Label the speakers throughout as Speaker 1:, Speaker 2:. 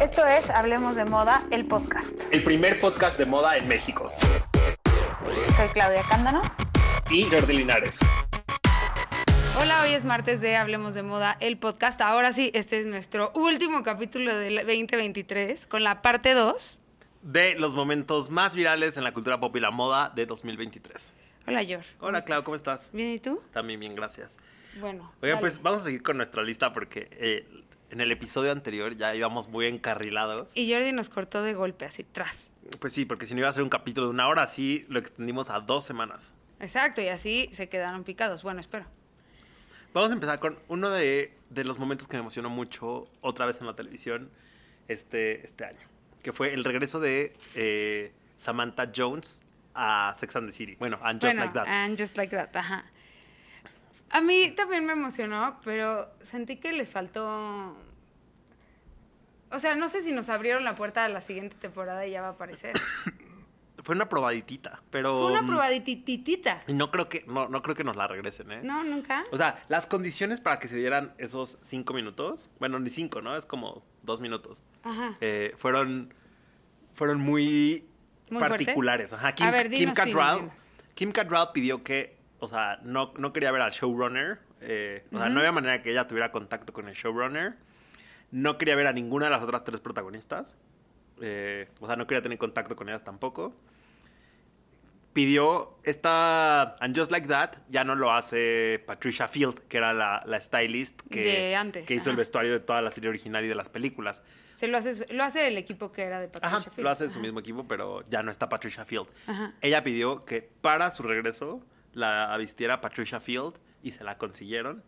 Speaker 1: Esto es Hablemos de Moda, el podcast.
Speaker 2: El primer podcast de moda en México.
Speaker 1: Soy Claudia Cándano.
Speaker 2: Y Jordi Linares.
Speaker 1: Hola, hoy es martes de Hablemos de Moda, el podcast. Ahora sí, este es nuestro último capítulo del 2023 con la parte 2.
Speaker 3: de los momentos más virales en la cultura pop y la moda de 2023.
Speaker 1: Hola, Yor.
Speaker 3: Hola, Clau, ¿cómo estás?
Speaker 1: ¿Bien y tú?
Speaker 3: También bien, gracias.
Speaker 1: Bueno.
Speaker 3: Oigan,
Speaker 1: dale.
Speaker 3: pues vamos a seguir con nuestra lista porque eh, en el episodio anterior ya íbamos muy encarrilados.
Speaker 1: Y Jordi nos cortó de golpe, así, tras.
Speaker 3: Pues sí, porque si no iba a ser un capítulo de una hora, sí lo extendimos a dos semanas.
Speaker 1: Exacto, y así se quedaron picados. Bueno, espero.
Speaker 3: Vamos a empezar con uno de, de los momentos que me emocionó mucho otra vez en la televisión este, este año, que fue el regreso de eh, Samantha Jones a Sex and the City. Bueno, and Just
Speaker 1: Bueno, ah.
Speaker 3: Like That.
Speaker 1: And just like that, ajá. A mí también me emocionó, pero sentí que les faltó. O sea, no sé si nos abrieron la puerta a la siguiente temporada y ya va a aparecer.
Speaker 3: Fue una probaditita, pero...
Speaker 1: Fue una
Speaker 3: mm,
Speaker 1: probadititita.
Speaker 3: Y no creo que, no, no creo que nos la regresen, ¿eh?
Speaker 1: No, nunca.
Speaker 3: O sea, las condiciones para que se dieran esos cinco minutos, bueno, ni cinco, ¿no? Es como dos minutos.
Speaker 1: Ajá.
Speaker 3: Eh, fueron, fueron muy,
Speaker 1: Muy
Speaker 3: particulares. Ajá. Kim,
Speaker 1: A ver,
Speaker 3: Kim
Speaker 1: dinos, sí,
Speaker 3: Cattrall,
Speaker 1: dinos.
Speaker 3: Kim Cattrall pidió que, o sea, no, no quería ver al showrunner. eh, o sea, no había manera que ella tuviera contacto con el showrunner. No quería ver a ninguna de las otras tres protagonistas. eh, o sea, no quería tener contacto con ellas tampoco. Pidió esta And Just Like That, ya no lo hace Patricia Field, que era la, la stylist que,
Speaker 1: De antes,
Speaker 3: que hizo el
Speaker 1: ajá.
Speaker 3: vestuario de toda la serie original y de las películas.
Speaker 1: Se lo hace, su- lo hace el equipo que era de Patricia
Speaker 3: Ajá,
Speaker 1: Field.
Speaker 3: lo hace su
Speaker 1: Ajá.
Speaker 3: mismo equipo, pero ya no está Patricia Field.
Speaker 1: Ajá.
Speaker 3: Ella pidió que para su regreso la vistiera Patricia Field y se la consiguieron.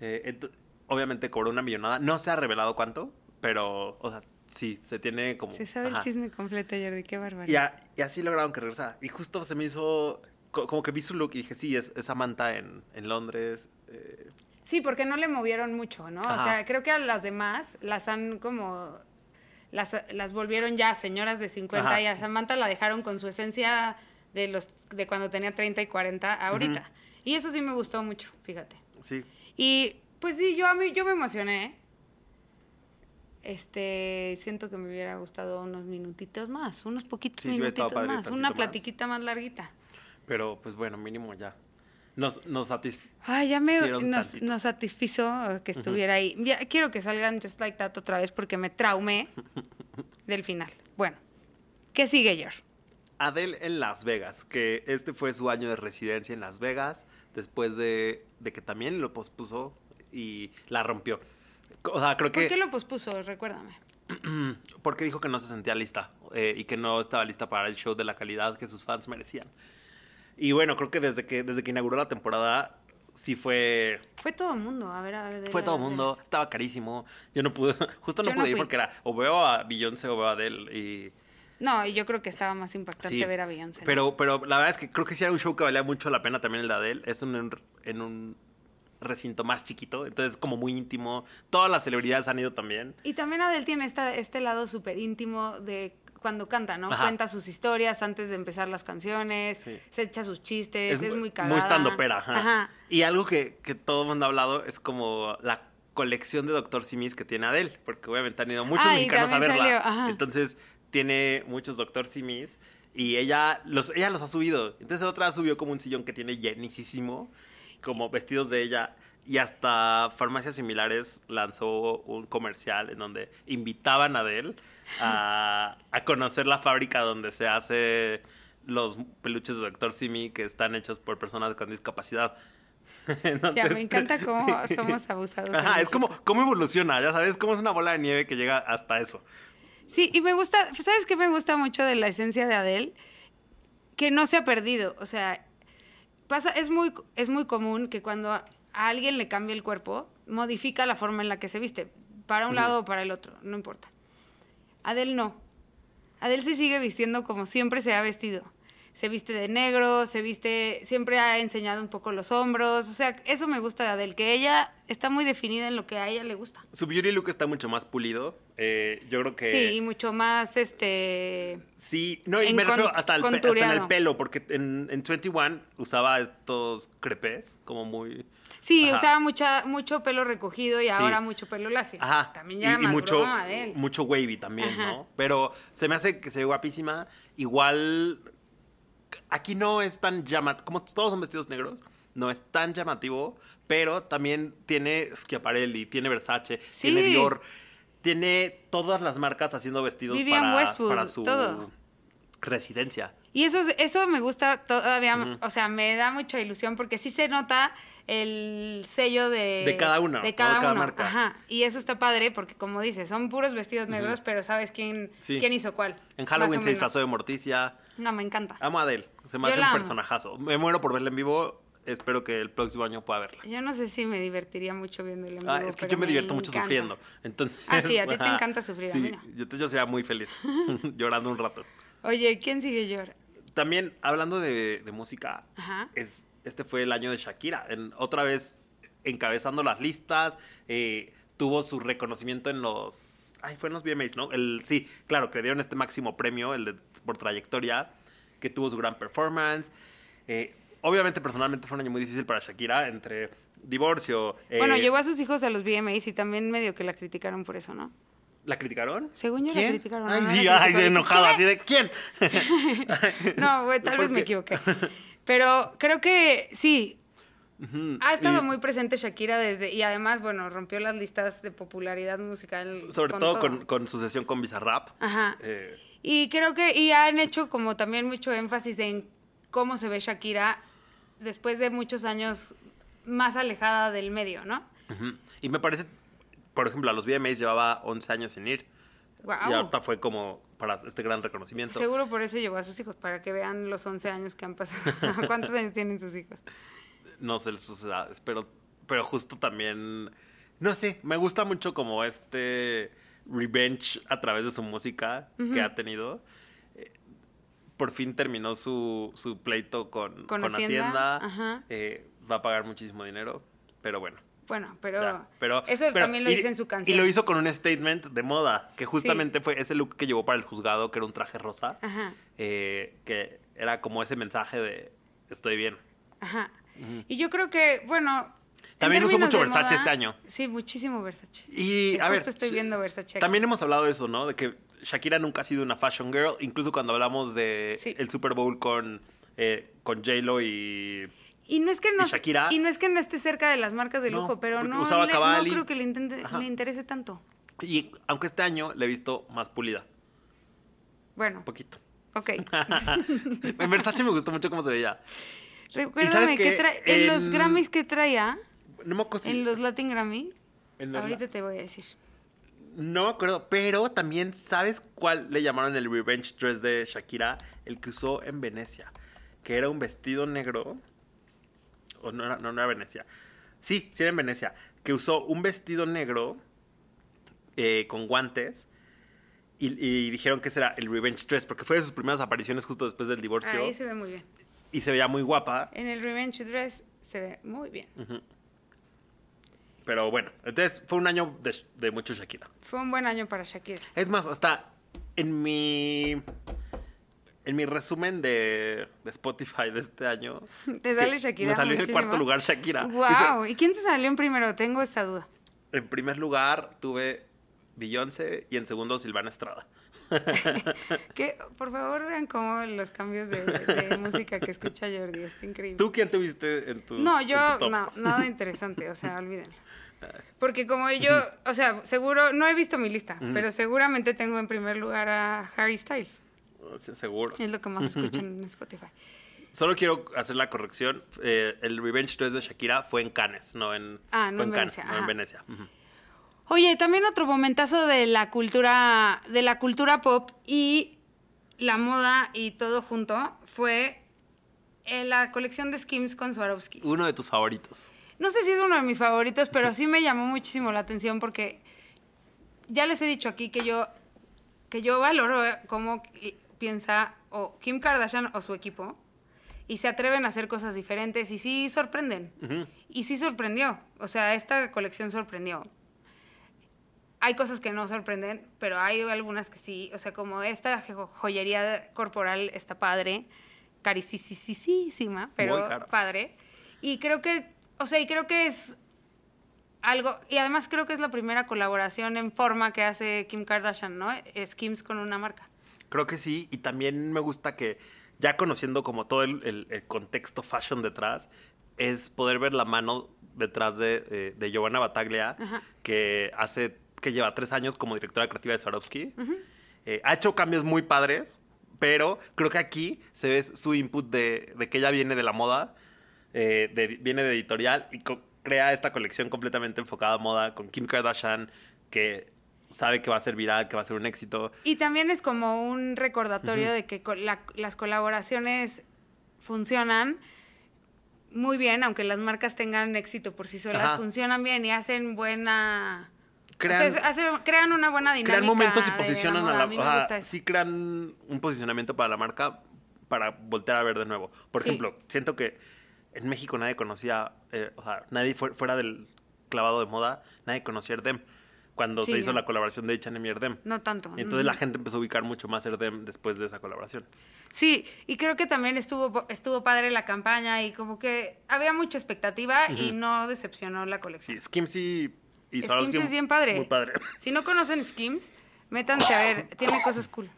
Speaker 3: Eh, ent- obviamente cobró una millonada. No se ha revelado cuánto, pero, o sea, sí, se tiene como...
Speaker 1: Se sabe el
Speaker 3: ajá.
Speaker 1: chisme completo, Jordi, qué barbaridad.
Speaker 3: Y, a- y así lograron que regresara. Y justo se me hizo... co- Como que vi su look y dije, sí, es, es Samantha en, en Londres. eh,
Speaker 1: Sí, porque no le movieron mucho, ¿no? O
Speaker 3: Ajá.
Speaker 1: sea, creo que a las demás las han como. Las, las volvieron ya señoras de 50
Speaker 3: Ajá.
Speaker 1: y a Samantha la dejaron con su esencia de los de cuando tenía 30 y 40 ahorita. Y eso sí me gustó mucho, fíjate.
Speaker 3: sí.
Speaker 1: Y pues sí, yo a mí yo me emocioné. Este, siento que me hubiera gustado unos minutitos más, unos poquitos
Speaker 3: Sí, sí hubiera estado
Speaker 1: minutitos
Speaker 3: padre,
Speaker 1: más,
Speaker 3: tantito
Speaker 1: una
Speaker 3: más.
Speaker 1: platiquita más larguita.
Speaker 3: Pero, pues bueno, mínimo ya. Nos, nos satisf-
Speaker 1: Ay, ya me
Speaker 3: Hicieron
Speaker 1: nos,
Speaker 3: tantito.
Speaker 1: nos satisfizo eh, que estuviera ahí. Ya, quiero que salgan Just Like That otra vez porque me traumé del final. Bueno, ¿qué sigue, George?
Speaker 3: Adele en Las Vegas, que este fue su año de residencia en Las Vegas, después de, de que también lo pospuso y la rompió. O sea, creo
Speaker 1: ¿Por qué
Speaker 3: que
Speaker 1: lo pospuso? Recuérdame.
Speaker 3: porque dijo que no se sentía lista eh, y que no estaba lista para el show de la calidad que sus fans merecían. Y bueno, creo que desde que, desde que inauguró la temporada sí fue
Speaker 1: Fue todo el mundo. A ver, a ver.
Speaker 3: fue todo el
Speaker 1: Las
Speaker 3: mundo,
Speaker 1: Vegas.
Speaker 3: estaba carísimo. Yo no pude, justo no
Speaker 1: Yo no
Speaker 3: pude ir
Speaker 1: fui.
Speaker 3: porque era o veo a Beyoncé o veo a Adele y
Speaker 1: No, y yo creo que estaba más impactante
Speaker 3: Sí,
Speaker 1: ver a Beyoncé. ¿no?
Speaker 3: Pero, pero la verdad es que creo que sí era un show que valía mucho la pena también el de Adele. Es un- en, en un recinto más chiquito, entonces como muy íntimo. Todas las celebridades han ido también.
Speaker 1: Y también Adele tiene esta- este lado súper íntimo de cuando canta, ¿no?
Speaker 3: Ajá.
Speaker 1: Cuenta sus historias antes de empezar las canciones,
Speaker 3: Sí.
Speaker 1: se echa sus chistes, es, muy cagada.
Speaker 3: Muy standupera, ajá.
Speaker 1: Ajá.
Speaker 3: Y algo que, que todo el mundo ha hablado es como la colección de Doctor Simis que tiene Adele, porque obviamente han ido muchos
Speaker 1: Ah, y
Speaker 3: mexicanos a
Speaker 1: también
Speaker 3: verla.
Speaker 1: salió, ajá.
Speaker 3: Entonces tiene muchos Doctor Simis y ella los, ella los ha subido. Entonces otra subió como un sillón que tiene llenísimo, como vestidos de ella. Y hasta farmacias similares lanzó un comercial en donde invitaban a Adele a, a conocer la fábrica donde se hace los peluches de Doctor Simi que están hechos por personas con discapacidad.
Speaker 1: Ya,
Speaker 3: Entonces,
Speaker 1: me encanta cómo
Speaker 3: sí.
Speaker 1: somos abusados. en
Speaker 3: Ajá, es
Speaker 1: México.
Speaker 3: como cómo evoluciona, ya sabes, cómo es una bola de nieve que llega hasta eso.
Speaker 1: Sí, y me gusta, ¿sabes qué me gusta mucho de la esencia de Adele? Que no se ha perdido, o sea, pasa, es muy, es muy común que cuando a a alguien le cambia el cuerpo, modifica la forma en la que se viste, para un lado o para el otro, no importa. Adele no. Adele se sigue vistiendo como siempre se ha vestido. Se viste de negro, se viste, siempre ha enseñado un poco los hombros, o sea, eso me gusta de Adele, que ella está muy definida en lo que a ella le gusta.
Speaker 3: Su beauty look está mucho más pulido. eh, yo creo que
Speaker 1: Sí, y mucho más, este...
Speaker 3: Sí, no, y
Speaker 1: En
Speaker 3: me
Speaker 1: con-
Speaker 3: refiero hasta, el pe- hasta en
Speaker 1: contureado.
Speaker 3: el pelo, porque en, en 21 usaba estos crepes, como muy...
Speaker 1: Sí,
Speaker 3: Ajá.
Speaker 1: usaba mucha, mucho pelo recogido y ahora mucho pelo lacio.
Speaker 3: Ajá.
Speaker 1: También
Speaker 3: Y-
Speaker 1: ya
Speaker 3: y,
Speaker 1: más
Speaker 3: mucho,
Speaker 1: broma de él.
Speaker 3: mucho wavy también,
Speaker 1: Ajá.
Speaker 3: ¿no? Pero se me hace que se ve guapísima. Igual, aquí no es tan llamativo, como todos son vestidos negros, no es tan llamativo, pero también tiene Schiaparelli, tiene Versace,
Speaker 1: Sí.
Speaker 3: tiene Dior, tiene todas las marcas haciendo vestidos
Speaker 1: Vivian
Speaker 3: para,
Speaker 1: Westwood,
Speaker 3: para su
Speaker 1: todo.
Speaker 3: residencia.
Speaker 1: Y eso, eso me gusta todavía, o sea, me da mucha ilusión porque sí se nota el sello de,
Speaker 3: De cada uno,
Speaker 1: De
Speaker 3: ¿no?
Speaker 1: cada,
Speaker 3: De cada
Speaker 1: uno.
Speaker 3: marca.
Speaker 1: Ajá. Y eso está padre porque, como dices, son puros vestidos negros, pero sabes quién,
Speaker 3: Sí.
Speaker 1: quién hizo cuál.
Speaker 3: En
Speaker 1: más
Speaker 3: Halloween
Speaker 1: o
Speaker 3: se
Speaker 1: menos.
Speaker 3: disfrazó Ah. de Morticia.
Speaker 1: No, me encanta.
Speaker 3: Amo a Adele, se me
Speaker 1: Yo
Speaker 3: hace
Speaker 1: la
Speaker 3: un
Speaker 1: amo.
Speaker 3: personajazo. Me muero por verla en vivo, espero que el próximo año pueda verla.
Speaker 1: Yo no sé si me divertiría mucho viendo el
Speaker 3: Ah, es que yo me divierto mucho sufriendo. Entonces,
Speaker 1: Ah, sí, a ti te
Speaker 3: ajá,
Speaker 1: encanta sufrir, a
Speaker 3: Sí,
Speaker 1: mí no.
Speaker 3: yo- entonces yo sería muy feliz llorando un rato.
Speaker 1: Oye, ¿quién sigue llorando?
Speaker 3: También, hablando de, de música,
Speaker 1: Ajá.
Speaker 3: es, este fue el año de Shakira. en- otra vez encabezando las listas, eh, tuvo su reconocimiento en los... Ay, fue en los VMAs, ¿no? El, sí, claro, que le dieron este máximo premio, el de por trayectoria, que tuvo su gran performance. Eh, obviamente, personalmente fue un año muy difícil para Shakira, entre divorcio... eh,
Speaker 1: Bueno, llevó a sus hijos a los BMAs y también medio que la criticaron por eso, ¿no?
Speaker 3: ¿La criticaron?
Speaker 1: Según yo la
Speaker 3: ¿Quién?
Speaker 1: criticaron,
Speaker 3: Ay,
Speaker 1: no, no
Speaker 3: sí,
Speaker 1: la
Speaker 3: ay,
Speaker 1: criticó,
Speaker 3: sí, enojado,
Speaker 1: ¿quién?
Speaker 3: así de ¿quién?
Speaker 1: No, güey, tal
Speaker 3: ¿Por
Speaker 1: vez me
Speaker 3: qué?
Speaker 1: equivoqué. Pero creo que sí. Ha estado
Speaker 3: y-
Speaker 1: muy presente Shakira desde. Y además, bueno, rompió las listas de popularidad musical.
Speaker 3: Sobre todo, Con, con su sesión con Bizarrap.
Speaker 1: Ajá.
Speaker 3: Eh,
Speaker 1: Y creo que. Y han hecho como también mucho énfasis en cómo se ve Shakira después de muchos años más alejada del medio, ¿no?
Speaker 3: ujú. Y me parece, por ejemplo, a los VMAs llevaba 11 años sin ir. Y
Speaker 1: Wow.
Speaker 3: ahorita fue como para este gran reconocimiento.
Speaker 1: Seguro por eso llevó a sus hijos, para que vean los 11 años que han pasado. ¿Cuántos años tienen sus hijos?
Speaker 3: No sé sus edades, pero, pero justo también, no sé, me gusta mucho como este revenge a través de su música que ha tenido. Eh, Por fin terminó su, su pleito con,
Speaker 1: Con
Speaker 3: con
Speaker 1: Hacienda,
Speaker 3: Hacienda.
Speaker 1: ajá.
Speaker 3: Eh, va a pagar muchísimo dinero, pero bueno.
Speaker 1: Bueno, pero,
Speaker 3: ya. Pero,
Speaker 1: Oh, eso
Speaker 3: pero-
Speaker 1: también lo
Speaker 3: y-
Speaker 1: dice en su canción.
Speaker 3: Y lo hizo con un statement de moda, que justamente fue ese look que llevó para el juzgado, que era un traje rosa,
Speaker 1: Ajá.
Speaker 3: eh, que era como ese mensaje de estoy bien.
Speaker 1: Ajá. Y yo creo que, bueno. en
Speaker 3: También usó
Speaker 1: términos
Speaker 3: mucho
Speaker 1: de
Speaker 3: Versace este año.
Speaker 1: Sí, muchísimo Versace.
Speaker 3: Y
Speaker 1: Que
Speaker 3: a ver,
Speaker 1: justo estoy
Speaker 3: sí,
Speaker 1: viendo Versace. aquí.
Speaker 3: También hemos hablado de eso, ¿no? De que Shakira nunca ha sido una fashion girl, incluso cuando hablamos de
Speaker 1: Sí.
Speaker 3: el Super Bowl con eh, con J-Lo y
Speaker 1: Y no es que no.
Speaker 3: y Shakira.
Speaker 1: y no es que no esté cerca de las marcas de
Speaker 3: No,
Speaker 1: lujo, pero
Speaker 3: porque
Speaker 1: no,
Speaker 3: usaba
Speaker 1: le-
Speaker 3: Cavalli.
Speaker 1: no creo que le, intente-
Speaker 3: Ajá.
Speaker 1: le interese tanto.
Speaker 3: y aunque este año le he visto más pulida,
Speaker 1: Bueno,
Speaker 3: un poquito.
Speaker 1: ok.
Speaker 3: en Versace me gustó mucho cómo se veía.
Speaker 1: Recuérdame
Speaker 3: qué?
Speaker 1: que trae- en los
Speaker 3: En-
Speaker 1: Grammys que traía,
Speaker 3: No me acuerdo si-
Speaker 1: en los Latin Grammy,
Speaker 3: en los-
Speaker 1: ahorita te voy a decir.
Speaker 3: No me acuerdo, pero también ¿sabes cuál le llamaron el revenge dress de Shakira? El que usó en Venecia, que era un vestido negro o no era, no, no era Venecia. Sí, sí era en Venecia, que usó un vestido negro eh, con guantes y, y dijeron que ese era el revenge dress porque fue de sus primeras apariciones justo después del divorcio
Speaker 1: Ahí se ve muy bien.
Speaker 3: y se veía muy guapa,
Speaker 1: En el Revenge Dress se ve muy bien.
Speaker 3: pero bueno, entonces fue un año de, de mucho Shakira.
Speaker 1: Fue un buen año para Shakira.
Speaker 3: Es más, hasta en mi. En mi resumen de, de Spotify de este año.
Speaker 1: Te sale
Speaker 3: que
Speaker 1: Shakira
Speaker 3: Me salió en el
Speaker 1: muchísimo.
Speaker 3: cuarto lugar Shakira.
Speaker 1: Wow. ¿Y quién te salió en primero? Tengo esta duda.
Speaker 3: Dice, en primer lugar tuve Beyoncé y en segundo Silvana Estrada.
Speaker 1: Que, por favor, vean cómo los cambios de, de música que escucha Jordi. Está increíble.
Speaker 3: ¿Tú quién tuviste en tus-
Speaker 1: no,
Speaker 3: en tu.?
Speaker 1: yo,
Speaker 3: top?
Speaker 1: no, nada interesante. O sea, olvídenlo. Porque como yo, o sea, seguro, no he visto mi lista, pero seguramente tengo en primer lugar a Harry Styles.
Speaker 3: Oh, Sí, Seguro.
Speaker 1: Es lo que más escucho en Spotify.
Speaker 3: Solo quiero hacer la corrección. eh, el Revenge 3 de Shakira fue en Cannes, no en.
Speaker 1: Ah, no
Speaker 3: fue
Speaker 1: en
Speaker 3: Cannes,
Speaker 1: Venecia,
Speaker 3: no
Speaker 1: ajá.
Speaker 3: en Venecia. Ujú.
Speaker 1: Oye, también otro momentazo de la cultura, de la cultura pop y la moda y todo junto fue eh, la colección de Skims con Swarovski.
Speaker 3: Uno de tus favoritos.
Speaker 1: No sé si es uno de mis favoritos, pero sí me llamó muchísimo la atención porque ya les he dicho aquí que yo, que yo valoro eh, cómo qui- piensa o Kim Kardashian o su equipo y se atreven a hacer cosas diferentes y sí sorprenden. Y sí sorprendió. O sea, esta colección sorprendió. Hay cosas que no sorprenden, pero hay algunas que sí. O sea, como esta jo- joyería corporal está padre, caricisísima, pero
Speaker 3: cara.
Speaker 1: padre. Y creo que O sea, y creo que es algo, y además creo que es la primera colaboración en forma que hace Kim Kardashian, ¿no? Skims con una marca.
Speaker 3: Creo que sí, y también me gusta que ya conociendo como todo el, el- el contexto fashion detrás, es poder ver la mano detrás de, eh, de Giovanna Bataglia, que hace, que lleva tres años como directora creativa de Swarovski. Eh, ha hecho cambios muy padres, pero creo que aquí se ve su input de, de que ella viene de la moda, eh, de- viene de editorial y co- crea esta colección completamente enfocada a moda con Kim Kardashian, que sabe que va a ser viral, que va a ser un éxito.
Speaker 1: Y también es como un recordatorio de que co- la- las colaboraciones funcionan muy bien, aunque las marcas tengan éxito por sí solas,
Speaker 3: Ajá.
Speaker 1: funcionan bien y hacen buena...
Speaker 3: Crean-
Speaker 1: o sea, hacen- crean una buena dinámica.
Speaker 3: crean momentos y
Speaker 1: de
Speaker 3: posicionan
Speaker 1: moda.
Speaker 3: a la.
Speaker 1: mí
Speaker 3: ajá,
Speaker 1: me gusta eso.
Speaker 3: sí, crean un posicionamiento para la marca para voltear a ver de nuevo. Por
Speaker 1: Sí.
Speaker 3: ejemplo, siento que en México nadie conocía, eh, o sea, nadie fue- fuera del clavado de moda, nadie conocía Erdem cuando
Speaker 1: Sí,
Speaker 3: se hizo
Speaker 1: no.
Speaker 3: la colaboración de H&M y Erdem.
Speaker 1: No tanto.
Speaker 3: Y entonces la gente empezó a ubicar mucho más Erdem después de esa colaboración.
Speaker 1: Sí, y creo que también estuvo, estuvo padre la campaña y como que había mucha expectativa y no decepcionó la colección.
Speaker 3: Sí, Skims y, y
Speaker 1: Skims
Speaker 3: Swarovski,
Speaker 1: es bien padre.
Speaker 3: Muy padre.
Speaker 1: Si no conocen Skims, métanse a ver, tiene cosas cool.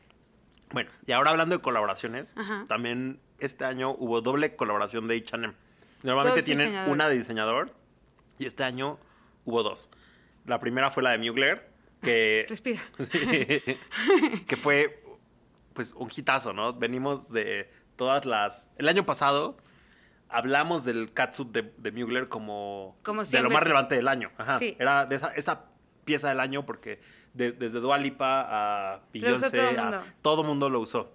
Speaker 3: Bueno, y ahora hablando de colaboraciones,
Speaker 1: Ajá.
Speaker 3: también este año hubo doble colaboración de H&M. Normalmente
Speaker 1: Dos
Speaker 3: tienen
Speaker 1: diseñadores.
Speaker 3: una de diseñador y este año hubo dos. La primera fue la de Mugler, que,
Speaker 1: Respira.
Speaker 3: que fue pues un hitazo, ¿no? Venimos de todas las... El año pasado hablamos del catsuit de, de Mugler como,
Speaker 1: Como
Speaker 3: de
Speaker 1: cien
Speaker 3: lo más
Speaker 1: veces.
Speaker 3: relevante del año. Ajá.
Speaker 1: Sí.
Speaker 3: Era de esa, esa pieza del año porque de- desde Dua Lipa a
Speaker 1: Lo usó
Speaker 3: Beyoncé,
Speaker 1: todo el
Speaker 3: a-
Speaker 1: mundo.
Speaker 3: ah, todo mundo lo usó.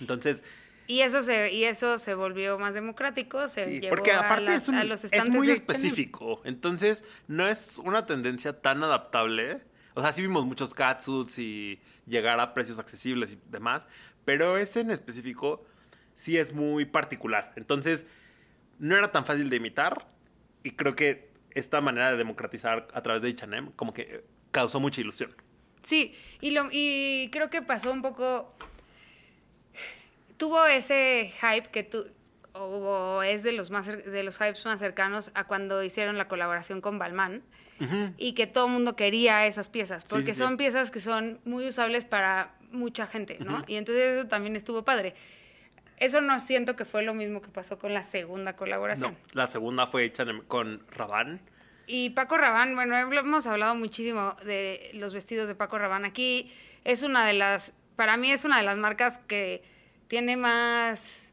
Speaker 3: Entonces,
Speaker 1: Y eso se, y eso se volvió más democrático, se
Speaker 3: sí,
Speaker 1: llevó
Speaker 3: porque
Speaker 1: a
Speaker 3: aparte
Speaker 1: las-
Speaker 3: es, un-
Speaker 1: a los
Speaker 3: es
Speaker 1: estantes
Speaker 3: muy
Speaker 1: de H&M.
Speaker 3: específico. Entonces, no es una tendencia tan adaptable. O sea, sí vimos muchos catsuits y llegar a precios accesibles y demás, pero ese en específico sí es muy particular. Entonces, no era tan fácil de imitar y creo que esta manera de democratizar a través de H&M como que eh, causó mucha ilusión.
Speaker 1: Sí, y, lo, y creo que pasó un poco. Tuvo ese hype que tú. O es de los, más, cer- de los hypes más cercanos a cuando hicieron la colaboración con Balmain. Y que todo el mundo quería esas piezas.
Speaker 3: Sí,
Speaker 1: Porque
Speaker 3: sí, sí.
Speaker 1: son piezas que son muy usables para mucha gente, ¿no? Y entonces eso también estuvo padre. Eso no siento que fue lo mismo que pasó con la segunda colaboración.
Speaker 3: No, la segunda fue H&M con Rabanne.
Speaker 1: Y Paco Rabán, bueno, hemos hablado muchísimo de los vestidos de Paco Rabán aquí. Es una de las, para mí es una de las marcas que tiene más,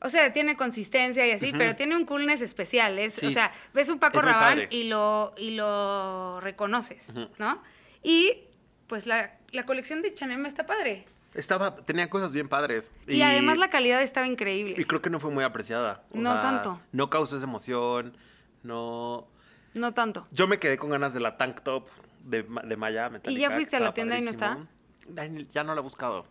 Speaker 1: o sea, tiene consistencia y así, pero tiene un coolness especial. Es, O
Speaker 3: Sí.
Speaker 1: sea, ves un Paco
Speaker 3: Es muy
Speaker 1: Rabán
Speaker 3: padre.
Speaker 1: y lo, y lo reconoces, ¿no? Y pues la, la colección de Chanel está padre.
Speaker 3: Estaba, tenía cosas bien padres.
Speaker 1: Y, además la calidad estaba increíble.
Speaker 3: Y creo que no fue muy apreciada.
Speaker 1: No tanto.
Speaker 3: No causó esa emoción. No.
Speaker 1: no tanto.
Speaker 3: Yo me quedé con ganas de la tank top de, Ma- de Maya Metallica,
Speaker 1: ya fuiste
Speaker 3: que
Speaker 1: a la
Speaker 3: estaba
Speaker 1: tienda y no
Speaker 3: padrísimo. Ay, Ya no la he buscado,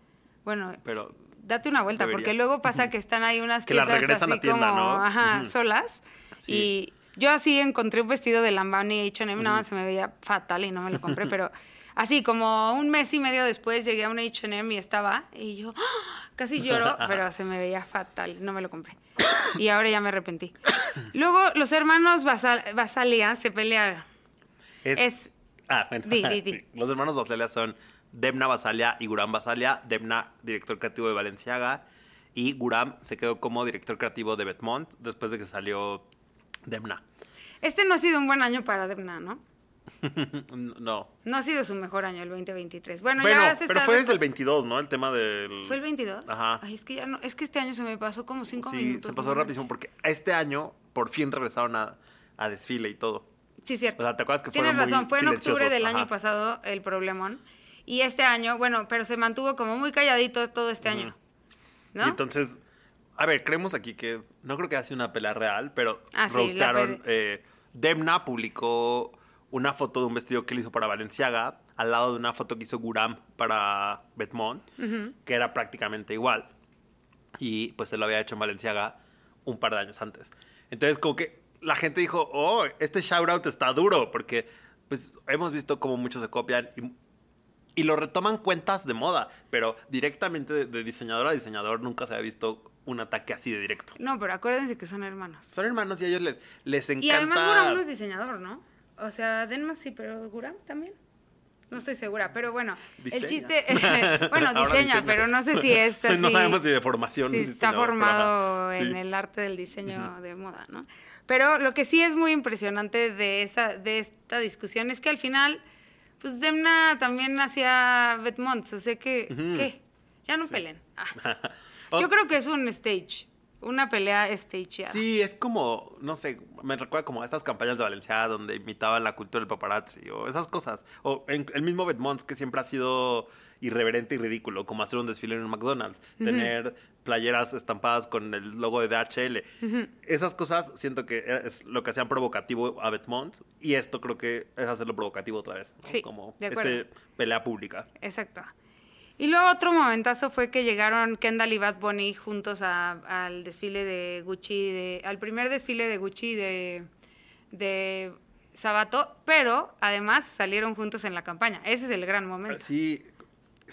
Speaker 1: Bueno,
Speaker 3: pero
Speaker 1: date una vuelta,
Speaker 3: Debería.
Speaker 1: porque luego pasa que están ahí unas
Speaker 3: Que las
Speaker 1: piezas
Speaker 3: regresan
Speaker 1: así
Speaker 3: a tienda,
Speaker 1: como,
Speaker 3: ¿no?
Speaker 1: ajá,
Speaker 3: Ujú.
Speaker 1: solas.
Speaker 3: Sí.
Speaker 1: Y yo así encontré un vestido de Lambani H&M, nada más se me veía fatal y no me lo compré, pero así como un mes y medio después llegué a un H&M y estaba, y yo ¡ah! casi lloro, pero se me veía fatal, no me lo compré. Y ahora ya me arrepentí. Luego los hermanos Basal Basalia se pelearon.
Speaker 3: es...
Speaker 1: Es-
Speaker 3: Ah, bueno.
Speaker 1: Di, di, di.
Speaker 3: Sí. Los hermanos Basalia son Demna Basalia y Guram Basalia. Demna, director creativo de Valenciaga. Y Guram se quedó como director creativo de Betmont después de que salió Demna.
Speaker 1: Este no ha sido un buen año para Demna, ¿no?
Speaker 3: No.
Speaker 1: No ha sido su mejor año el 2023. Bueno,
Speaker 3: bueno,
Speaker 1: ya se
Speaker 3: pero
Speaker 1: está
Speaker 3: fue desde
Speaker 1: reco-
Speaker 3: el 22, ¿no? El tema del...
Speaker 1: ¿Fue el 22?
Speaker 3: Mm. Ajá.
Speaker 1: Ay, es que ya no, es que este año se me pasó como cinco
Speaker 3: Sí,
Speaker 1: minutos.
Speaker 3: se pasó
Speaker 1: ¿no?
Speaker 3: rapidísimo porque este año por fin regresaron a, a desfile y todo.
Speaker 1: Sí, cierto.
Speaker 3: O sea, ¿te acuerdas que
Speaker 1: Tienes
Speaker 3: fueron muy
Speaker 1: razón, fue en octubre
Speaker 3: silenciosos?
Speaker 1: del
Speaker 3: Ajá.
Speaker 1: año pasado el problemón. Y este año, bueno, pero se mantuvo como muy calladito todo este año. ¿No?
Speaker 3: Y entonces, a ver, creemos aquí que no creo que haya sido una pelea real, pero
Speaker 1: Ah, sí, la
Speaker 3: roastearon.
Speaker 1: pele-
Speaker 3: eh, Demna publicó una foto de un vestido que él hizo para Valenciaga al lado de una foto que hizo Guram para Betmont, que era prácticamente igual. Y pues él lo había hecho en Valenciaga un par de años antes. Entonces, como que la gente dijo, oh, este shout out está duro, porque pues hemos visto como muchos se copian y Y lo retoman cuentas de moda, pero directamente de, de diseñador a diseñador nunca se había visto un ataque así de directo.
Speaker 1: No, pero acuérdense que son hermanos.
Speaker 3: Son hermanos y a ellos les, les encanta.
Speaker 1: Y además Guram no es diseñador, ¿no? O sea, Denma sí, pero Guram también. No estoy segura, pero bueno,
Speaker 3: Diseña.
Speaker 1: el chiste, bueno,
Speaker 3: Ahora
Speaker 1: diseña,
Speaker 3: diseña.
Speaker 1: pero no sé si es así.
Speaker 3: No sabemos si de formación
Speaker 1: si
Speaker 3: es
Speaker 1: está
Speaker 3: diseñador, pero
Speaker 1: formado
Speaker 3: ajá,
Speaker 1: en
Speaker 3: sí.
Speaker 1: el arte del diseño de moda, ¿no? Pero lo que sí es muy impresionante de esa, de esta discusión es que al final, pues Demna también hacía Betmonts, o sea que,
Speaker 3: Ujú.
Speaker 1: ¿qué? Ya no peleen. Ah.
Speaker 3: Ot-
Speaker 1: Yo creo que es un stage, una pelea stageada.
Speaker 3: Sí, es como, no sé, me recuerda como a estas campañas de Valencia donde imitaban la cultura del paparazzi o esas cosas. O en- el mismo Bedmonts que siempre ha sido irreverente y ridículo, como hacer un desfile en un McDonald's, tener playeras estampadas con el logo de DHL. Esas cosas siento que es lo que hacían provocativo a Bedmonts y esto creo que es hacerlo provocativo otra vez. ¿no?
Speaker 1: Sí,
Speaker 3: como
Speaker 1: de acuerdo.
Speaker 3: este pelea pública.
Speaker 1: Exacto. Y luego otro momentazo fue que llegaron Kendall y Bad Bunny juntos a- al desfile de Gucci, de, al primer desfile de Gucci de, de Sabato, pero además salieron juntos en la campaña. Ese es el gran momento. Sí,
Speaker 3: Sí,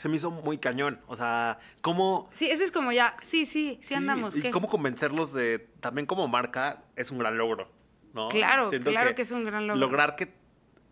Speaker 3: se me hizo muy cañón. O sea, ¿cómo...?
Speaker 1: ese es como ya, sí, sí, sí,
Speaker 3: Sí,
Speaker 1: andamos.
Speaker 3: Y
Speaker 1: ¿qué?
Speaker 3: cómo convencerlos de. También como marca es un gran logro, ¿no?
Speaker 1: Claro, claro que es un gran logro.
Speaker 3: Lograr que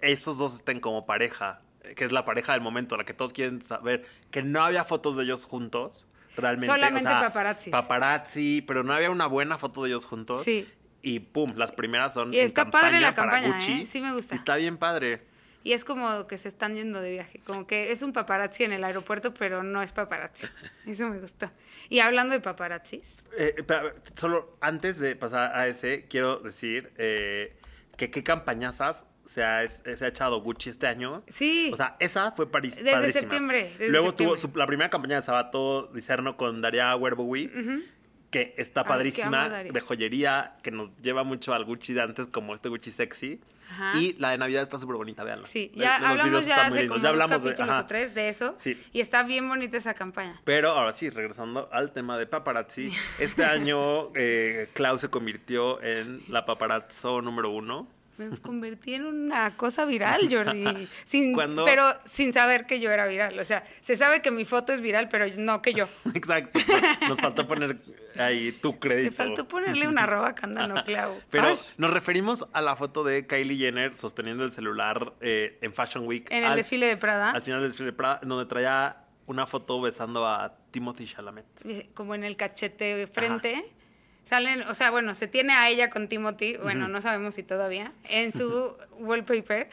Speaker 3: esos dos estén como pareja, eh, que es la pareja del momento, la que todos quieren saber, que no había fotos de ellos juntos, realmente. o
Speaker 1: Solamente
Speaker 3: sea,
Speaker 1: paparazzis.
Speaker 3: Paparazzi, pero no había una buena foto de ellos juntos.
Speaker 1: Sí.
Speaker 3: Y pum, las primeras son.
Speaker 1: Y
Speaker 3: en
Speaker 1: está padre la
Speaker 3: campaña para
Speaker 1: campaña,
Speaker 3: Gucci.
Speaker 1: ¿eh? Sí me gusta.
Speaker 3: Y está bien padre.
Speaker 1: Y es como que se están yendo de viaje, como que es un paparazzi en el aeropuerto, pero no es paparazzi. Eso me gustó. Y hablando de paparazzis,
Speaker 3: Eh, espera, a ver, solo antes de pasar a ese, quiero decir eh, que qué campañazas se ha, es- se ha echado Gucci este año.
Speaker 1: Sí.
Speaker 3: O sea, esa fue París.
Speaker 1: Desde septiembre, desde
Speaker 3: Luego tuvo
Speaker 1: septiembre.
Speaker 3: su- la primera campaña de Sabato Dicerno con Daria Werbowie, que
Speaker 1: Ay, que
Speaker 3: está
Speaker 1: amo
Speaker 3: padrísima,
Speaker 1: a Daria.
Speaker 3: de joyería, que nos lleva mucho al Gucci de antes, como este Gucci sexy.
Speaker 1: Ajá.
Speaker 3: Y la de Navidad está súper bonita, véanla.
Speaker 1: Sí,
Speaker 3: Eh,
Speaker 1: ya
Speaker 3: los videos
Speaker 1: hablamos ya
Speaker 3: están muy
Speaker 1: hace
Speaker 3: lindos.
Speaker 1: como
Speaker 3: Ya
Speaker 1: dos
Speaker 3: hablamos de-
Speaker 1: capítulos
Speaker 3: ajá.
Speaker 1: o tres de eso.
Speaker 3: Sí.
Speaker 1: Y está bien bonita esa campaña.
Speaker 3: Pero ahora sí, regresando al tema de paparazzi, este año eh, Klaus se convirtió en la paparazzo número uno.
Speaker 1: Me convertí en una cosa viral, Jordi. Sin,
Speaker 3: Cuando-
Speaker 1: Pero sin saber que yo era viral. O sea, se sabe que mi foto es viral, pero no que yo.
Speaker 3: Exacto. pues, Nos faltó poner ahí tu
Speaker 1: Te
Speaker 3: crédito.
Speaker 1: faltó ponerle una arroba cándano, Clau.
Speaker 3: Pero
Speaker 1: Ash,
Speaker 3: nos referimos a la foto de Kylie Jenner sosteniendo el celular eh, en Fashion Week.
Speaker 1: en el
Speaker 3: al-
Speaker 1: desfile de Prada,
Speaker 3: Al final del desfile de Prada, donde traía una foto besando a Timothy Chalamet.
Speaker 1: eh, como en el cachete de frente. Salen, o sea, bueno, se tiene a ella con Timothy, bueno, no sabemos si todavía, en su wallpaper.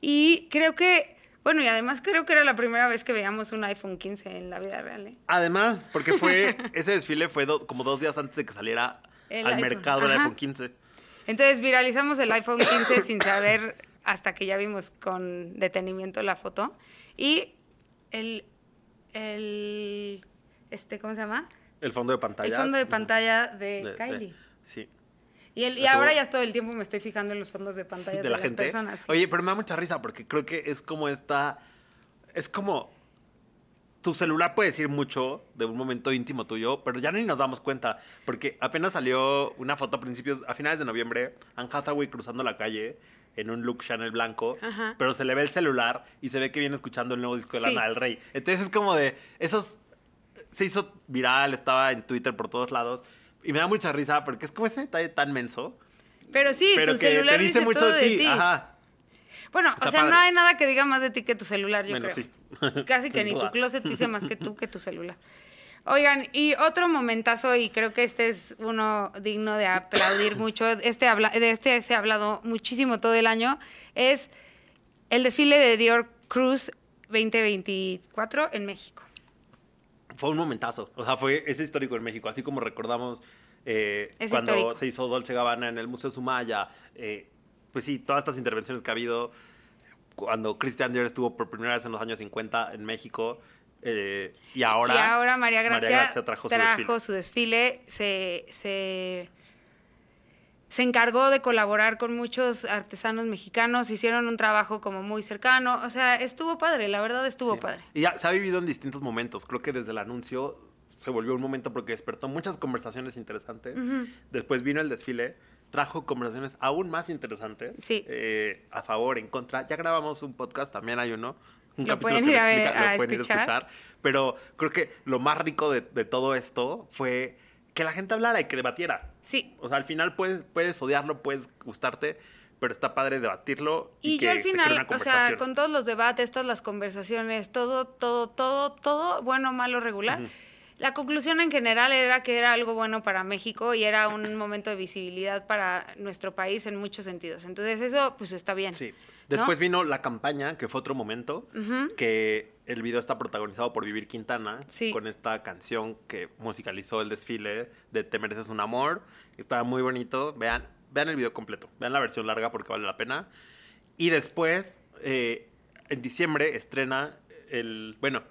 Speaker 1: Y creo que, bueno, y además creo que era la primera vez que veíamos un iPhone 15 en la vida real, ¿eh?
Speaker 3: Además, porque fue ese desfile fue do- como dos días antes de que saliera
Speaker 1: El
Speaker 3: al
Speaker 1: iPhone.
Speaker 3: mercado el
Speaker 1: Ajá.
Speaker 3: iPhone 15.
Speaker 1: Entonces viralizamos el iPhone 15 sin saber hasta que ya vimos con detenimiento la foto. Y el, el este, ¿cómo se llama?
Speaker 3: El fondo de
Speaker 1: El
Speaker 3: pantalla.
Speaker 1: fondo de pantalla de,
Speaker 3: de-
Speaker 1: Kylie.
Speaker 3: de- sí.
Speaker 1: y, el- y
Speaker 3: estuvo-
Speaker 1: ahora ya todo el tiempo me estoy fijando en los fondos de pantalla de,
Speaker 3: de la
Speaker 1: las
Speaker 3: gente.
Speaker 1: personas. sí.
Speaker 3: Oye, pero me da mucha risa porque creo que es como esta. Es como. Tu celular puede decir mucho de un momento íntimo tuyo, pero ya ni nos damos cuenta. Porque apenas salió una foto a principios, a finales de noviembre, Anne Hathaway cruzando la calle en un look Chanel blanco,
Speaker 1: Ajá.
Speaker 3: pero se le ve el celular y se ve que viene escuchando el nuevo disco de
Speaker 1: Sí.
Speaker 3: Lana del Rey. Entonces es como de esos se hizo viral, estaba en Twitter por todos lados y me da mucha risa porque es como ese detalle tan menso,
Speaker 1: pero sí,
Speaker 3: pero
Speaker 1: tu
Speaker 3: que
Speaker 1: celular
Speaker 3: te dice, mucho
Speaker 1: todo
Speaker 3: de ti. Ajá.
Speaker 1: Bueno,
Speaker 3: Está
Speaker 1: o sea, no
Speaker 3: padre.
Speaker 1: hay nada que diga más de ti que tu celular, yo
Speaker 3: Bueno,
Speaker 1: creo.
Speaker 3: sí.
Speaker 1: Casi que
Speaker 3: Sin
Speaker 1: ni
Speaker 3: duda.
Speaker 1: tu closet dice más que tú que tu celular. Oigan, y otro momentazo, y creo que este es uno digno de aplaudir mucho, este habla- de este se ha hablado muchísimo todo el año, es el desfile de Dior Cruz 2024 en México.
Speaker 3: fue un momentazo. O sea, fue ese histórico en México. Así como recordamos eh,
Speaker 1: Es
Speaker 3: cuando
Speaker 1: histórico.
Speaker 3: se hizo Dolce Gabbana en el Museo Sumaya. eh, pues sí, todas estas intervenciones que ha habido. Cuando Christian Dior estuvo por primera vez en los años 50 en México. eh, y ahora.
Speaker 1: y ahora María Gracia,
Speaker 3: trajo, su desfile.
Speaker 1: su desfile, se, se, se encargó de colaborar con muchos artesanos mexicanos, hicieron un trabajo como muy cercano, o sea, estuvo padre, la verdad estuvo
Speaker 3: Sí.
Speaker 1: padre.
Speaker 3: Y ya se ha vivido en distintos momentos. Creo que desde el anuncio se volvió un momento porque despertó muchas conversaciones interesantes. Después vino el desfile, trajo conversaciones aún más interesantes.
Speaker 1: Sí.
Speaker 3: eh, a favor, en contra. Ya grabamos un podcast, también hay uno un
Speaker 1: Lo
Speaker 3: capítulo
Speaker 1: pueden
Speaker 3: que
Speaker 1: ir
Speaker 3: lo
Speaker 1: a ver-
Speaker 3: explica, lo
Speaker 1: a
Speaker 3: pueden ir a
Speaker 1: escuchar.
Speaker 3: escuchar. Pero creo que lo más rico de, de todo esto fue que la gente hablara y que debatiera.
Speaker 1: Sí.
Speaker 3: O sea, al final puedes, puedes odiarlo, puedes gustarte, pero está padre debatirlo y,
Speaker 1: Y,
Speaker 3: que
Speaker 1: yo al
Speaker 3: se cree
Speaker 1: final,
Speaker 3: una
Speaker 1: o sea,
Speaker 3: conversación.
Speaker 1: con todos los debates, todas las conversaciones, todo, todo, todo, todo, bueno, malo, regular, la conclusión en general era que era algo bueno para México y era un momento de visibilidad para nuestro país en muchos sentidos. Entonces eso, pues está bien.
Speaker 3: Sí.
Speaker 1: ¿no?
Speaker 3: Después vino la campaña, que fue otro momento, que el video está protagonizado por Vivir Quintana,
Speaker 1: Sí.
Speaker 3: con esta canción que musicalizó el desfile de Te mereces un amor. Estaba muy bonito. Vean, vean el video completo, vean la versión larga porque vale la pena. Y después, eh, en diciembre, estrena el... Bueno,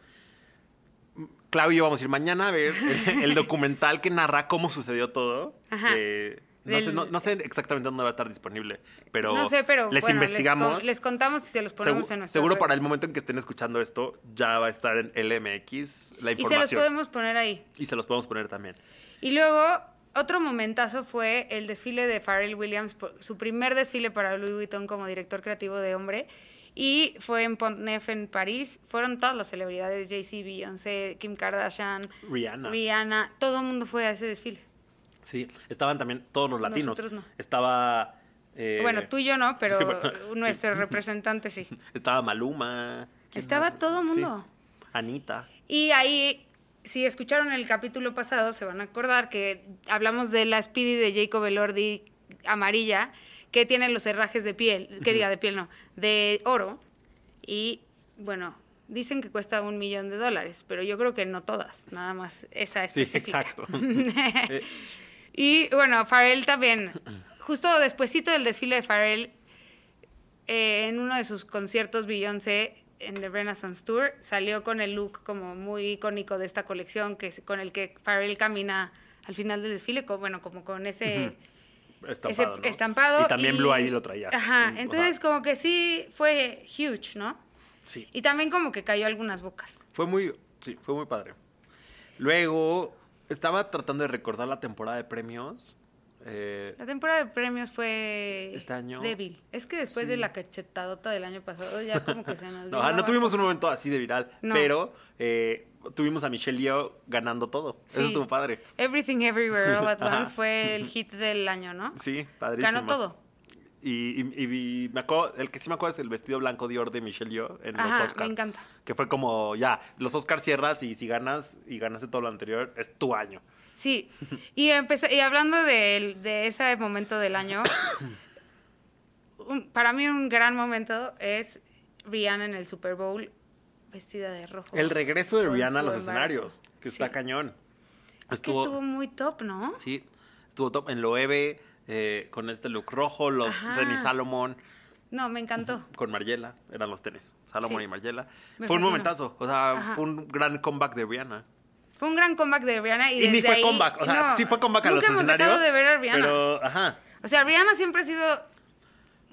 Speaker 3: Claudio vamos a ir mañana a ver el, el documental que narra cómo sucedió todo.
Speaker 1: Ajá.
Speaker 3: Eh, no,
Speaker 1: Del-
Speaker 3: sé, no- no sé exactamente dónde va a estar disponible, pero,
Speaker 1: no sé, pero
Speaker 3: les
Speaker 1: bueno,
Speaker 3: investigamos.
Speaker 1: Les, con- les contamos y se los
Speaker 3: Segu-
Speaker 1: ponemos en nuestro.
Speaker 3: seguro para el momento en que estén escuchando esto ya va a estar en LMX la
Speaker 1: Y se los
Speaker 3: información.
Speaker 1: podemos poner ahí.
Speaker 3: Y se los podemos poner también.
Speaker 1: Y luego, otro momentazo fue el desfile de Pharrell Williams, por- su primer desfile para Louis Vuitton como director creativo de hombre. Y fue en Pont-Neuf, en París. Fueron todas las celebridades, Jay-Z, Beyoncé, Kim Kardashian,
Speaker 3: Rihanna.
Speaker 1: Rihanna. Todo el mundo fue a ese desfile.
Speaker 3: Sí, estaban también todos los latinos.
Speaker 1: Nosotros no.
Speaker 3: Estaba... eh,
Speaker 1: bueno, tú y yo no, pero
Speaker 3: sí, bueno,
Speaker 1: nuestro representante sí.
Speaker 3: Estaba Maluma. ¿quién
Speaker 1: Estaba todo
Speaker 3: Sí.
Speaker 1: mundo.
Speaker 3: Anita.
Speaker 1: Y ahí, si escucharon el capítulo pasado, se van a acordar que hablamos de la Speedy de Jacob Elordi amarilla, que tiene los herrajes de piel, que diga de piel no, de oro. Y bueno, dicen que cuesta un millón de dólares, pero yo creo que no todas, nada más esa
Speaker 3: Sí,
Speaker 1: específica.
Speaker 3: exacto. Eh.
Speaker 1: Y bueno, Pharrell también. Justo despuesito del desfile de Pharrell, eh, en uno de sus conciertos Beyoncé en The Renaissance Tour, salió con el look como muy icónico de esta colección, que es con el que Pharrell camina al final del desfile, co- bueno, como con ese ese
Speaker 3: Estampado, ¿no?
Speaker 1: estampado
Speaker 3: Y también Blue Ivy lo traía.
Speaker 1: Ajá,
Speaker 3: Mm, o sea,
Speaker 1: entonces como que sí fue huge, ¿no?
Speaker 3: sí.
Speaker 1: Y también como que cayó algunas bocas.
Speaker 3: Fue muy, sí, fue muy padre. Luego, estaba tratando de recordar la temporada de premios. eh,
Speaker 1: La temporada de premios fue
Speaker 3: Este año.
Speaker 1: débil. Es que después de
Speaker 3: Sí.
Speaker 1: la cachetadota del año pasado ya como que se nos
Speaker 3: no,
Speaker 1: vino
Speaker 3: ah, no
Speaker 1: abajo.
Speaker 3: tuvimos un momento así de viral,
Speaker 1: No.
Speaker 3: pero eh, tuvimos a Michelle Yeoh ganando todo.
Speaker 1: Sí.
Speaker 3: Eso estuvo padre.
Speaker 1: Everything Everywhere All At
Speaker 3: Ajá.
Speaker 1: Once fue el hit del año, ¿no?
Speaker 3: Sí, padrísimo.
Speaker 1: Ganó todo.
Speaker 3: Y, y- y- y me acuerdo, el que sí me acuerdo es el vestido blanco Dior de Michelle Yeoh en
Speaker 1: Ajá, me
Speaker 3: los Oscars.
Speaker 1: encanta.
Speaker 3: Que fue como, ya, los Oscars cierras y si ganas y ganaste todo lo anterior, es tu año.
Speaker 1: Sí. Y, empecé, y hablando de, de ese momento del año, un- para mí un gran momento es Rihanna en el Super Bowl vestida de rojo.
Speaker 3: El regreso de
Speaker 1: Con
Speaker 3: Rihanna a
Speaker 1: su
Speaker 3: los
Speaker 1: embarazo.
Speaker 3: escenarios, que
Speaker 1: Sí.
Speaker 3: está cañón.
Speaker 1: Es que estuvo muy top, ¿no?
Speaker 3: Sí, estuvo top en Loewe, eh, con este look rojo, los
Speaker 1: Ajá.
Speaker 3: Renny Salomon,
Speaker 1: No, me encantó.
Speaker 3: con Mariela, eran los tenis, Salomon
Speaker 1: Sí.
Speaker 3: y Mariela.
Speaker 1: Me
Speaker 3: fue
Speaker 1: fascinó.
Speaker 3: un momentazo, o sea,
Speaker 1: Ajá.
Speaker 3: fue un gran comeback de Rihanna.
Speaker 1: Fue un gran comeback de Rihanna y,
Speaker 3: Y, ni
Speaker 1: desde
Speaker 3: fue
Speaker 1: ahí-
Speaker 3: comeback, o sea,
Speaker 1: no,
Speaker 3: sí fue comeback a los
Speaker 1: nunca hemos
Speaker 3: escenarios.
Speaker 1: dejado de ver a Rihanna.
Speaker 3: Pero, ajá,
Speaker 1: O sea, Rihanna siempre ha sido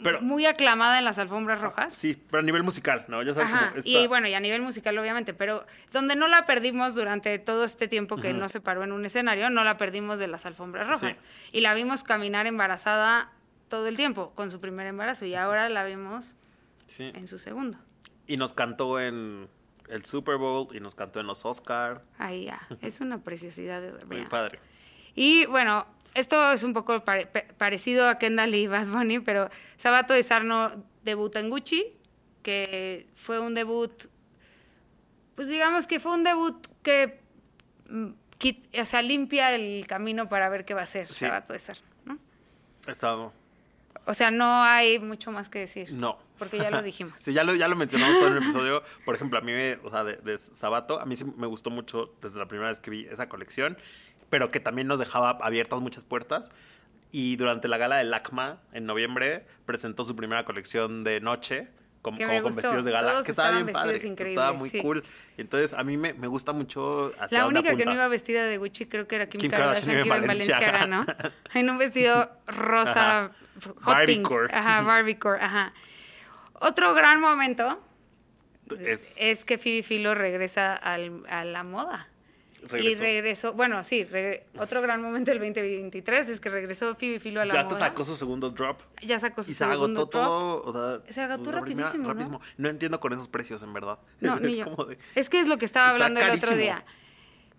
Speaker 3: pero,
Speaker 1: muy aclamada en las alfombras rojas.
Speaker 3: sí, pero a nivel musical, ¿no? Ya sabes
Speaker 1: Ajá,
Speaker 3: como esta-
Speaker 1: y bueno, y a nivel musical obviamente, pero donde no la perdimos durante todo este tiempo que no se paró en un escenario, no la perdimos de las alfombras rojas.
Speaker 3: Sí.
Speaker 1: Y la vimos caminar embarazada todo el tiempo, con su primer embarazo, y ahora la vimos
Speaker 3: sí.
Speaker 1: en su segundo.
Speaker 3: Y nos cantó en el Super Bowl y nos cantó en los Oscar.
Speaker 1: Ahí ya, es una preciosidad de
Speaker 3: Muy
Speaker 1: Rihanna.
Speaker 3: padre.
Speaker 1: Y bueno, esto es un poco pare- pe- parecido a Kendall y Bad Bunny, pero Sabato de Sarno debuta en Gucci, que fue un debut, pues digamos que fue un debut que mm, quit- o sea, limpia el camino para ver qué va a ser
Speaker 3: Sí.
Speaker 1: Sabato de Sarno. ¿no?
Speaker 3: Estaba
Speaker 1: O sea, no hay mucho más que decir.
Speaker 3: No.
Speaker 1: Porque ya lo dijimos.
Speaker 3: Sí, ya lo, ya lo mencionamos todo en el episodio. Por ejemplo, a mí, me, o sea, de, de Sabato, a mí sí me gustó mucho desde la primera vez que vi esa colección, pero que también nos dejaba abiertas muchas puertas. Y durante la gala del ACMA, en noviembre, presentó su primera colección de noche, con,
Speaker 1: Que
Speaker 3: como
Speaker 1: me
Speaker 3: con
Speaker 1: gustó.
Speaker 3: vestidos de gala,
Speaker 1: Todos
Speaker 3: que estaba
Speaker 1: estaban
Speaker 3: bien padre.
Speaker 1: vestidos increíbles,
Speaker 3: Estaba muy
Speaker 1: sí.
Speaker 3: cool. Entonces, a mí me, me gusta mucho hacia
Speaker 1: La
Speaker 3: dónde
Speaker 1: única que
Speaker 3: apunta.
Speaker 1: no iba vestida de Gucci creo que era Kim,
Speaker 3: Kim
Speaker 1: Kardashian,
Speaker 3: Kardashian
Speaker 1: que iba en
Speaker 3: Balenciaga.
Speaker 1: Balenciaga, ¿no? En un vestido rosa
Speaker 3: Ajá.
Speaker 1: f- hot
Speaker 3: Barbiecore.
Speaker 1: pink. Ajá, Barbiecore, ajá. Otro gran momento es, que Phoebe Philo regresa al- a la moda.
Speaker 3: Regresó.
Speaker 1: Y regresó, bueno, sí, regre- otro gran momento del 2023 es que regresó Phoebe Filo a la
Speaker 3: ya hasta
Speaker 1: moda.
Speaker 3: sacó su segundo drop.
Speaker 1: ya sacó su
Speaker 3: Y se
Speaker 1: segundo
Speaker 3: agotó
Speaker 1: top.
Speaker 3: todo. o sea,
Speaker 1: Se agotó
Speaker 3: pues, la primera-
Speaker 1: rapidísimo, ¿no?
Speaker 3: rapidísimo. ¿no? entiendo con esos precios, en verdad.
Speaker 1: No,
Speaker 3: es
Speaker 1: ni yo.
Speaker 3: como de-
Speaker 1: Es que es lo que estaba
Speaker 3: Está
Speaker 1: hablando el otro
Speaker 3: carísimo.
Speaker 1: día.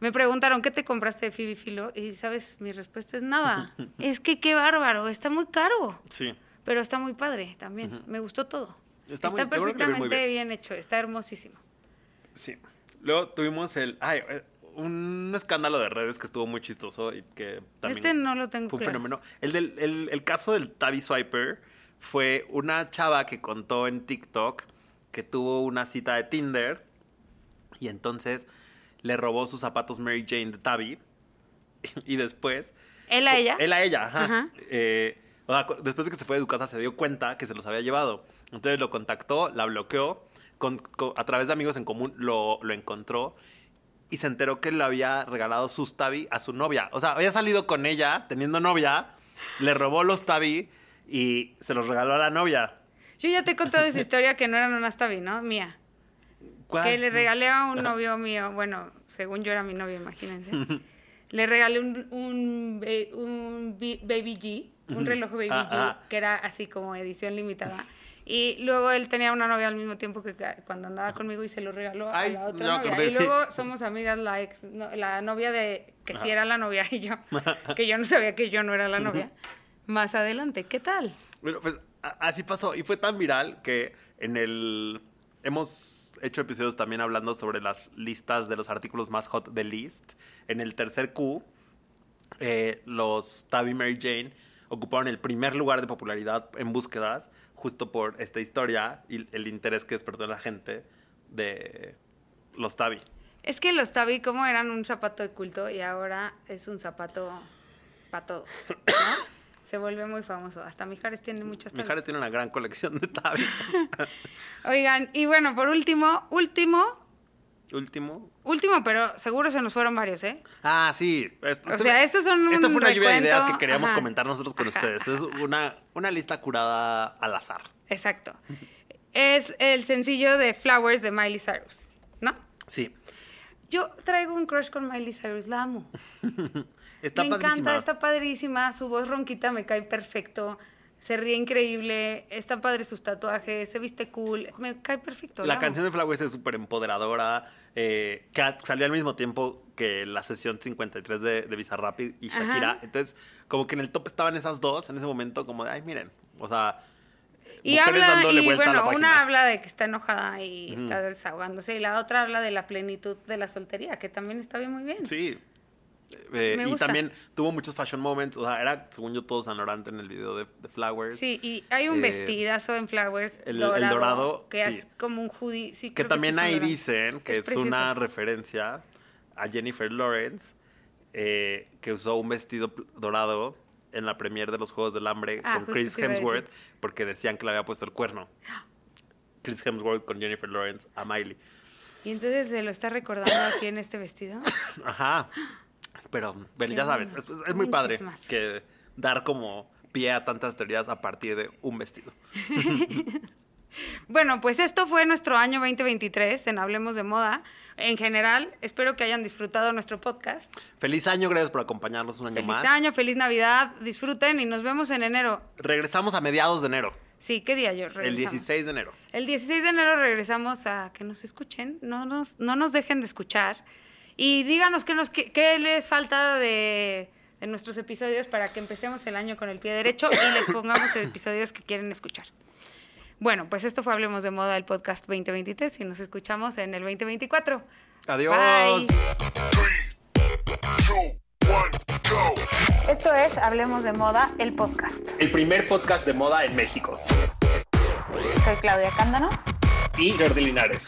Speaker 1: Me preguntaron, ¿qué te compraste de Phoebe Filo? Y, ¿sabes? Mi respuesta es nada. es que qué bárbaro, está muy caro,
Speaker 3: Sí.
Speaker 1: pero está muy padre también. Me gustó todo.
Speaker 3: Está muy- yo creo que le ve muy
Speaker 1: perfectamente
Speaker 3: bien.
Speaker 1: bien hecho, está hermosísimo.
Speaker 3: Sí. Luego tuvimos el. Ay, eh, un escándalo de redes que estuvo muy chistoso y que también.
Speaker 1: Este no lo tengo
Speaker 3: Fue un
Speaker 1: claro.
Speaker 3: fenómeno. El, del, el, el caso del Tabby Swiper fue una chava que contó en TikTok que tuvo una cita de Tinder y entonces le robó sus zapatos Mary Jane de Tabby y después.
Speaker 1: ¿Él a ella?
Speaker 3: Él a ella, ajá.
Speaker 1: Ajá.
Speaker 3: Eh, o sea, cu- después de que se fue de su casa se dio cuenta que se los había llevado. Entonces lo contactó, la bloqueó, con- co- a través de amigos en común lo, lo encontró y se enteró que le había regalado sus tabi a su novia. O sea, había salido con ella, teniendo novia, le robó los tabi y se los regaló a la novia.
Speaker 1: Yo ya te he contado esa historia que no eran unas tabi, ¿no? Mía.
Speaker 3: ¿Cuál?
Speaker 1: Que le regalé a un novio mío, bueno, según yo era mi novio, imagínense. le regalé un, un, ba- un bi- Baby G, un reloj Baby
Speaker 3: Ah,
Speaker 1: G,
Speaker 3: ah.
Speaker 1: que era así como edición limitada. Y luego él tenía una novia al mismo tiempo que ca- cuando andaba conmigo y se lo regaló
Speaker 3: Ay,
Speaker 1: a
Speaker 3: ya
Speaker 1: la otra novia.
Speaker 3: acordé,
Speaker 1: y
Speaker 3: sí.
Speaker 1: luego somos amigas, la, ex, no- la novia de que sí era la novia y yo, que yo no sabía que yo no era la novia. Más adelante, ¿qué tal?
Speaker 3: Bueno, pues a- así pasó. Y fue tan viral que en el. Hemos hecho episodios también hablando sobre las listas de los artículos más hot de List. En el tercer Q, eh, los Tabby Mary Jane ocuparon el primer lugar de popularidad en búsquedas, justo por esta historia y el interés que despertó en la gente de los Tabby.
Speaker 1: Es que los tabi como eran un zapato de culto y ahora es un zapato para todo. ¿no? Se vuelve muy famoso. Hasta Mijares tiene muchos tabis.
Speaker 3: Mijares tiene una gran colección de Tabby.
Speaker 1: Oigan, y bueno, por último, último,
Speaker 3: Último.
Speaker 1: último, pero seguro se nos fueron varios, ¿eh?
Speaker 3: Ah, sí. Esto-
Speaker 1: O sea, estos son
Speaker 3: Esta
Speaker 1: un
Speaker 3: fue una lluvia de
Speaker 1: recuento.
Speaker 3: ideas que queríamos
Speaker 1: Ajá.
Speaker 3: comentar nosotros con
Speaker 1: Ajá.
Speaker 3: ustedes. Es una, una lista curada al azar.
Speaker 1: Exacto. Es el sencillo de Flowers de Miley Cyrus, ¿no?
Speaker 3: Sí.
Speaker 1: Yo traigo un crush con Miley Cyrus, la amo.
Speaker 3: Está
Speaker 1: me
Speaker 3: padrísima.
Speaker 1: encanta, está padrísima, su voz ronquita me cae perfecto, se ríe increíble, está padre sus tatuajes, se viste cool, me cae perfecto.
Speaker 3: La
Speaker 1: amo.
Speaker 3: canción de Flowers es súper empoderadora, eh, que a- salió al mismo tiempo que la sesión 53 de, de Bizarrap y y Shakira.
Speaker 1: Ajá.
Speaker 3: Entonces, como que en el top estaban esas dos en ese momento, como de, ay, miren, o sea,
Speaker 1: y
Speaker 3: mujeres
Speaker 1: habla,
Speaker 3: dándole
Speaker 1: y
Speaker 3: vuelta a la
Speaker 1: bueno,
Speaker 3: página.
Speaker 1: una habla de que está enojada y está desahogándose, y la otra habla de la plenitud de la soltería, que también está bien muy bien.
Speaker 3: Sí. Eh,
Speaker 1: Me
Speaker 3: y
Speaker 1: gusta.
Speaker 3: también tuvo muchos fashion moments. O sea, era, según yo, todo San Laurent en el video de, de Flowers.
Speaker 1: Sí, y hay un
Speaker 3: Eh,
Speaker 1: vestidazo en Flowers
Speaker 3: el- el
Speaker 1: dorado,
Speaker 3: dorado,
Speaker 1: que
Speaker 3: sí.
Speaker 1: es como un hoodie. sí,
Speaker 3: Que
Speaker 1: creo
Speaker 3: también
Speaker 1: sí es un
Speaker 3: ahí
Speaker 1: dorado.
Speaker 3: dicen que es,
Speaker 1: precioso.
Speaker 3: una referencia a Jennifer Lawrence, eh, que usó un vestido pl- dorado en la premier de los Juegos del Hambre
Speaker 1: Ah,
Speaker 3: con
Speaker 1: justo
Speaker 3: Chris
Speaker 1: te iba a decir.
Speaker 3: Hemsworth, porque decían que le había puesto el cuerno. Chris Hemsworth con Jennifer Lawrence a Miley.
Speaker 1: Y entonces se lo está recordando aquí en este vestido.
Speaker 3: Ajá. Pero, bueno,
Speaker 1: Qué
Speaker 3: ya sabes, es,
Speaker 1: bueno.
Speaker 3: es muy padre
Speaker 1: Muchísimas.
Speaker 3: que dar como pie a tantas teorías a partir de un vestido.
Speaker 1: Bueno, pues esto fue nuestro año 2023 en Hablemos de Moda. En general, espero que hayan disfrutado nuestro podcast.
Speaker 3: Feliz año, gracias por acompañarnos un año
Speaker 1: Feliz
Speaker 3: más.
Speaker 1: año, feliz Navidad, disfruten y nos vemos en enero.
Speaker 3: Regresamos a mediados de enero,
Speaker 1: Sí, ¿qué día yo?
Speaker 3: el
Speaker 1: Regresamos.
Speaker 3: 16 de enero.
Speaker 1: El 16 de enero regresamos a que nos escuchen, no nos, no nos dejen de escuchar y díganos qué, nos, qué, qué les falta de, de nuestros episodios para que empecemos el año con el pie derecho y les pongamos episodios que quieren escuchar. Bueno, pues esto fue Hablemos de Moda, el podcast 2023 y nos escuchamos en el 2024.
Speaker 3: Adiós.
Speaker 1: Bye.
Speaker 4: Esto es Hablemos de Moda, el podcast.
Speaker 2: El primer podcast de moda en México.
Speaker 4: Soy Claudia Cándano.
Speaker 2: Y Jordi Linares.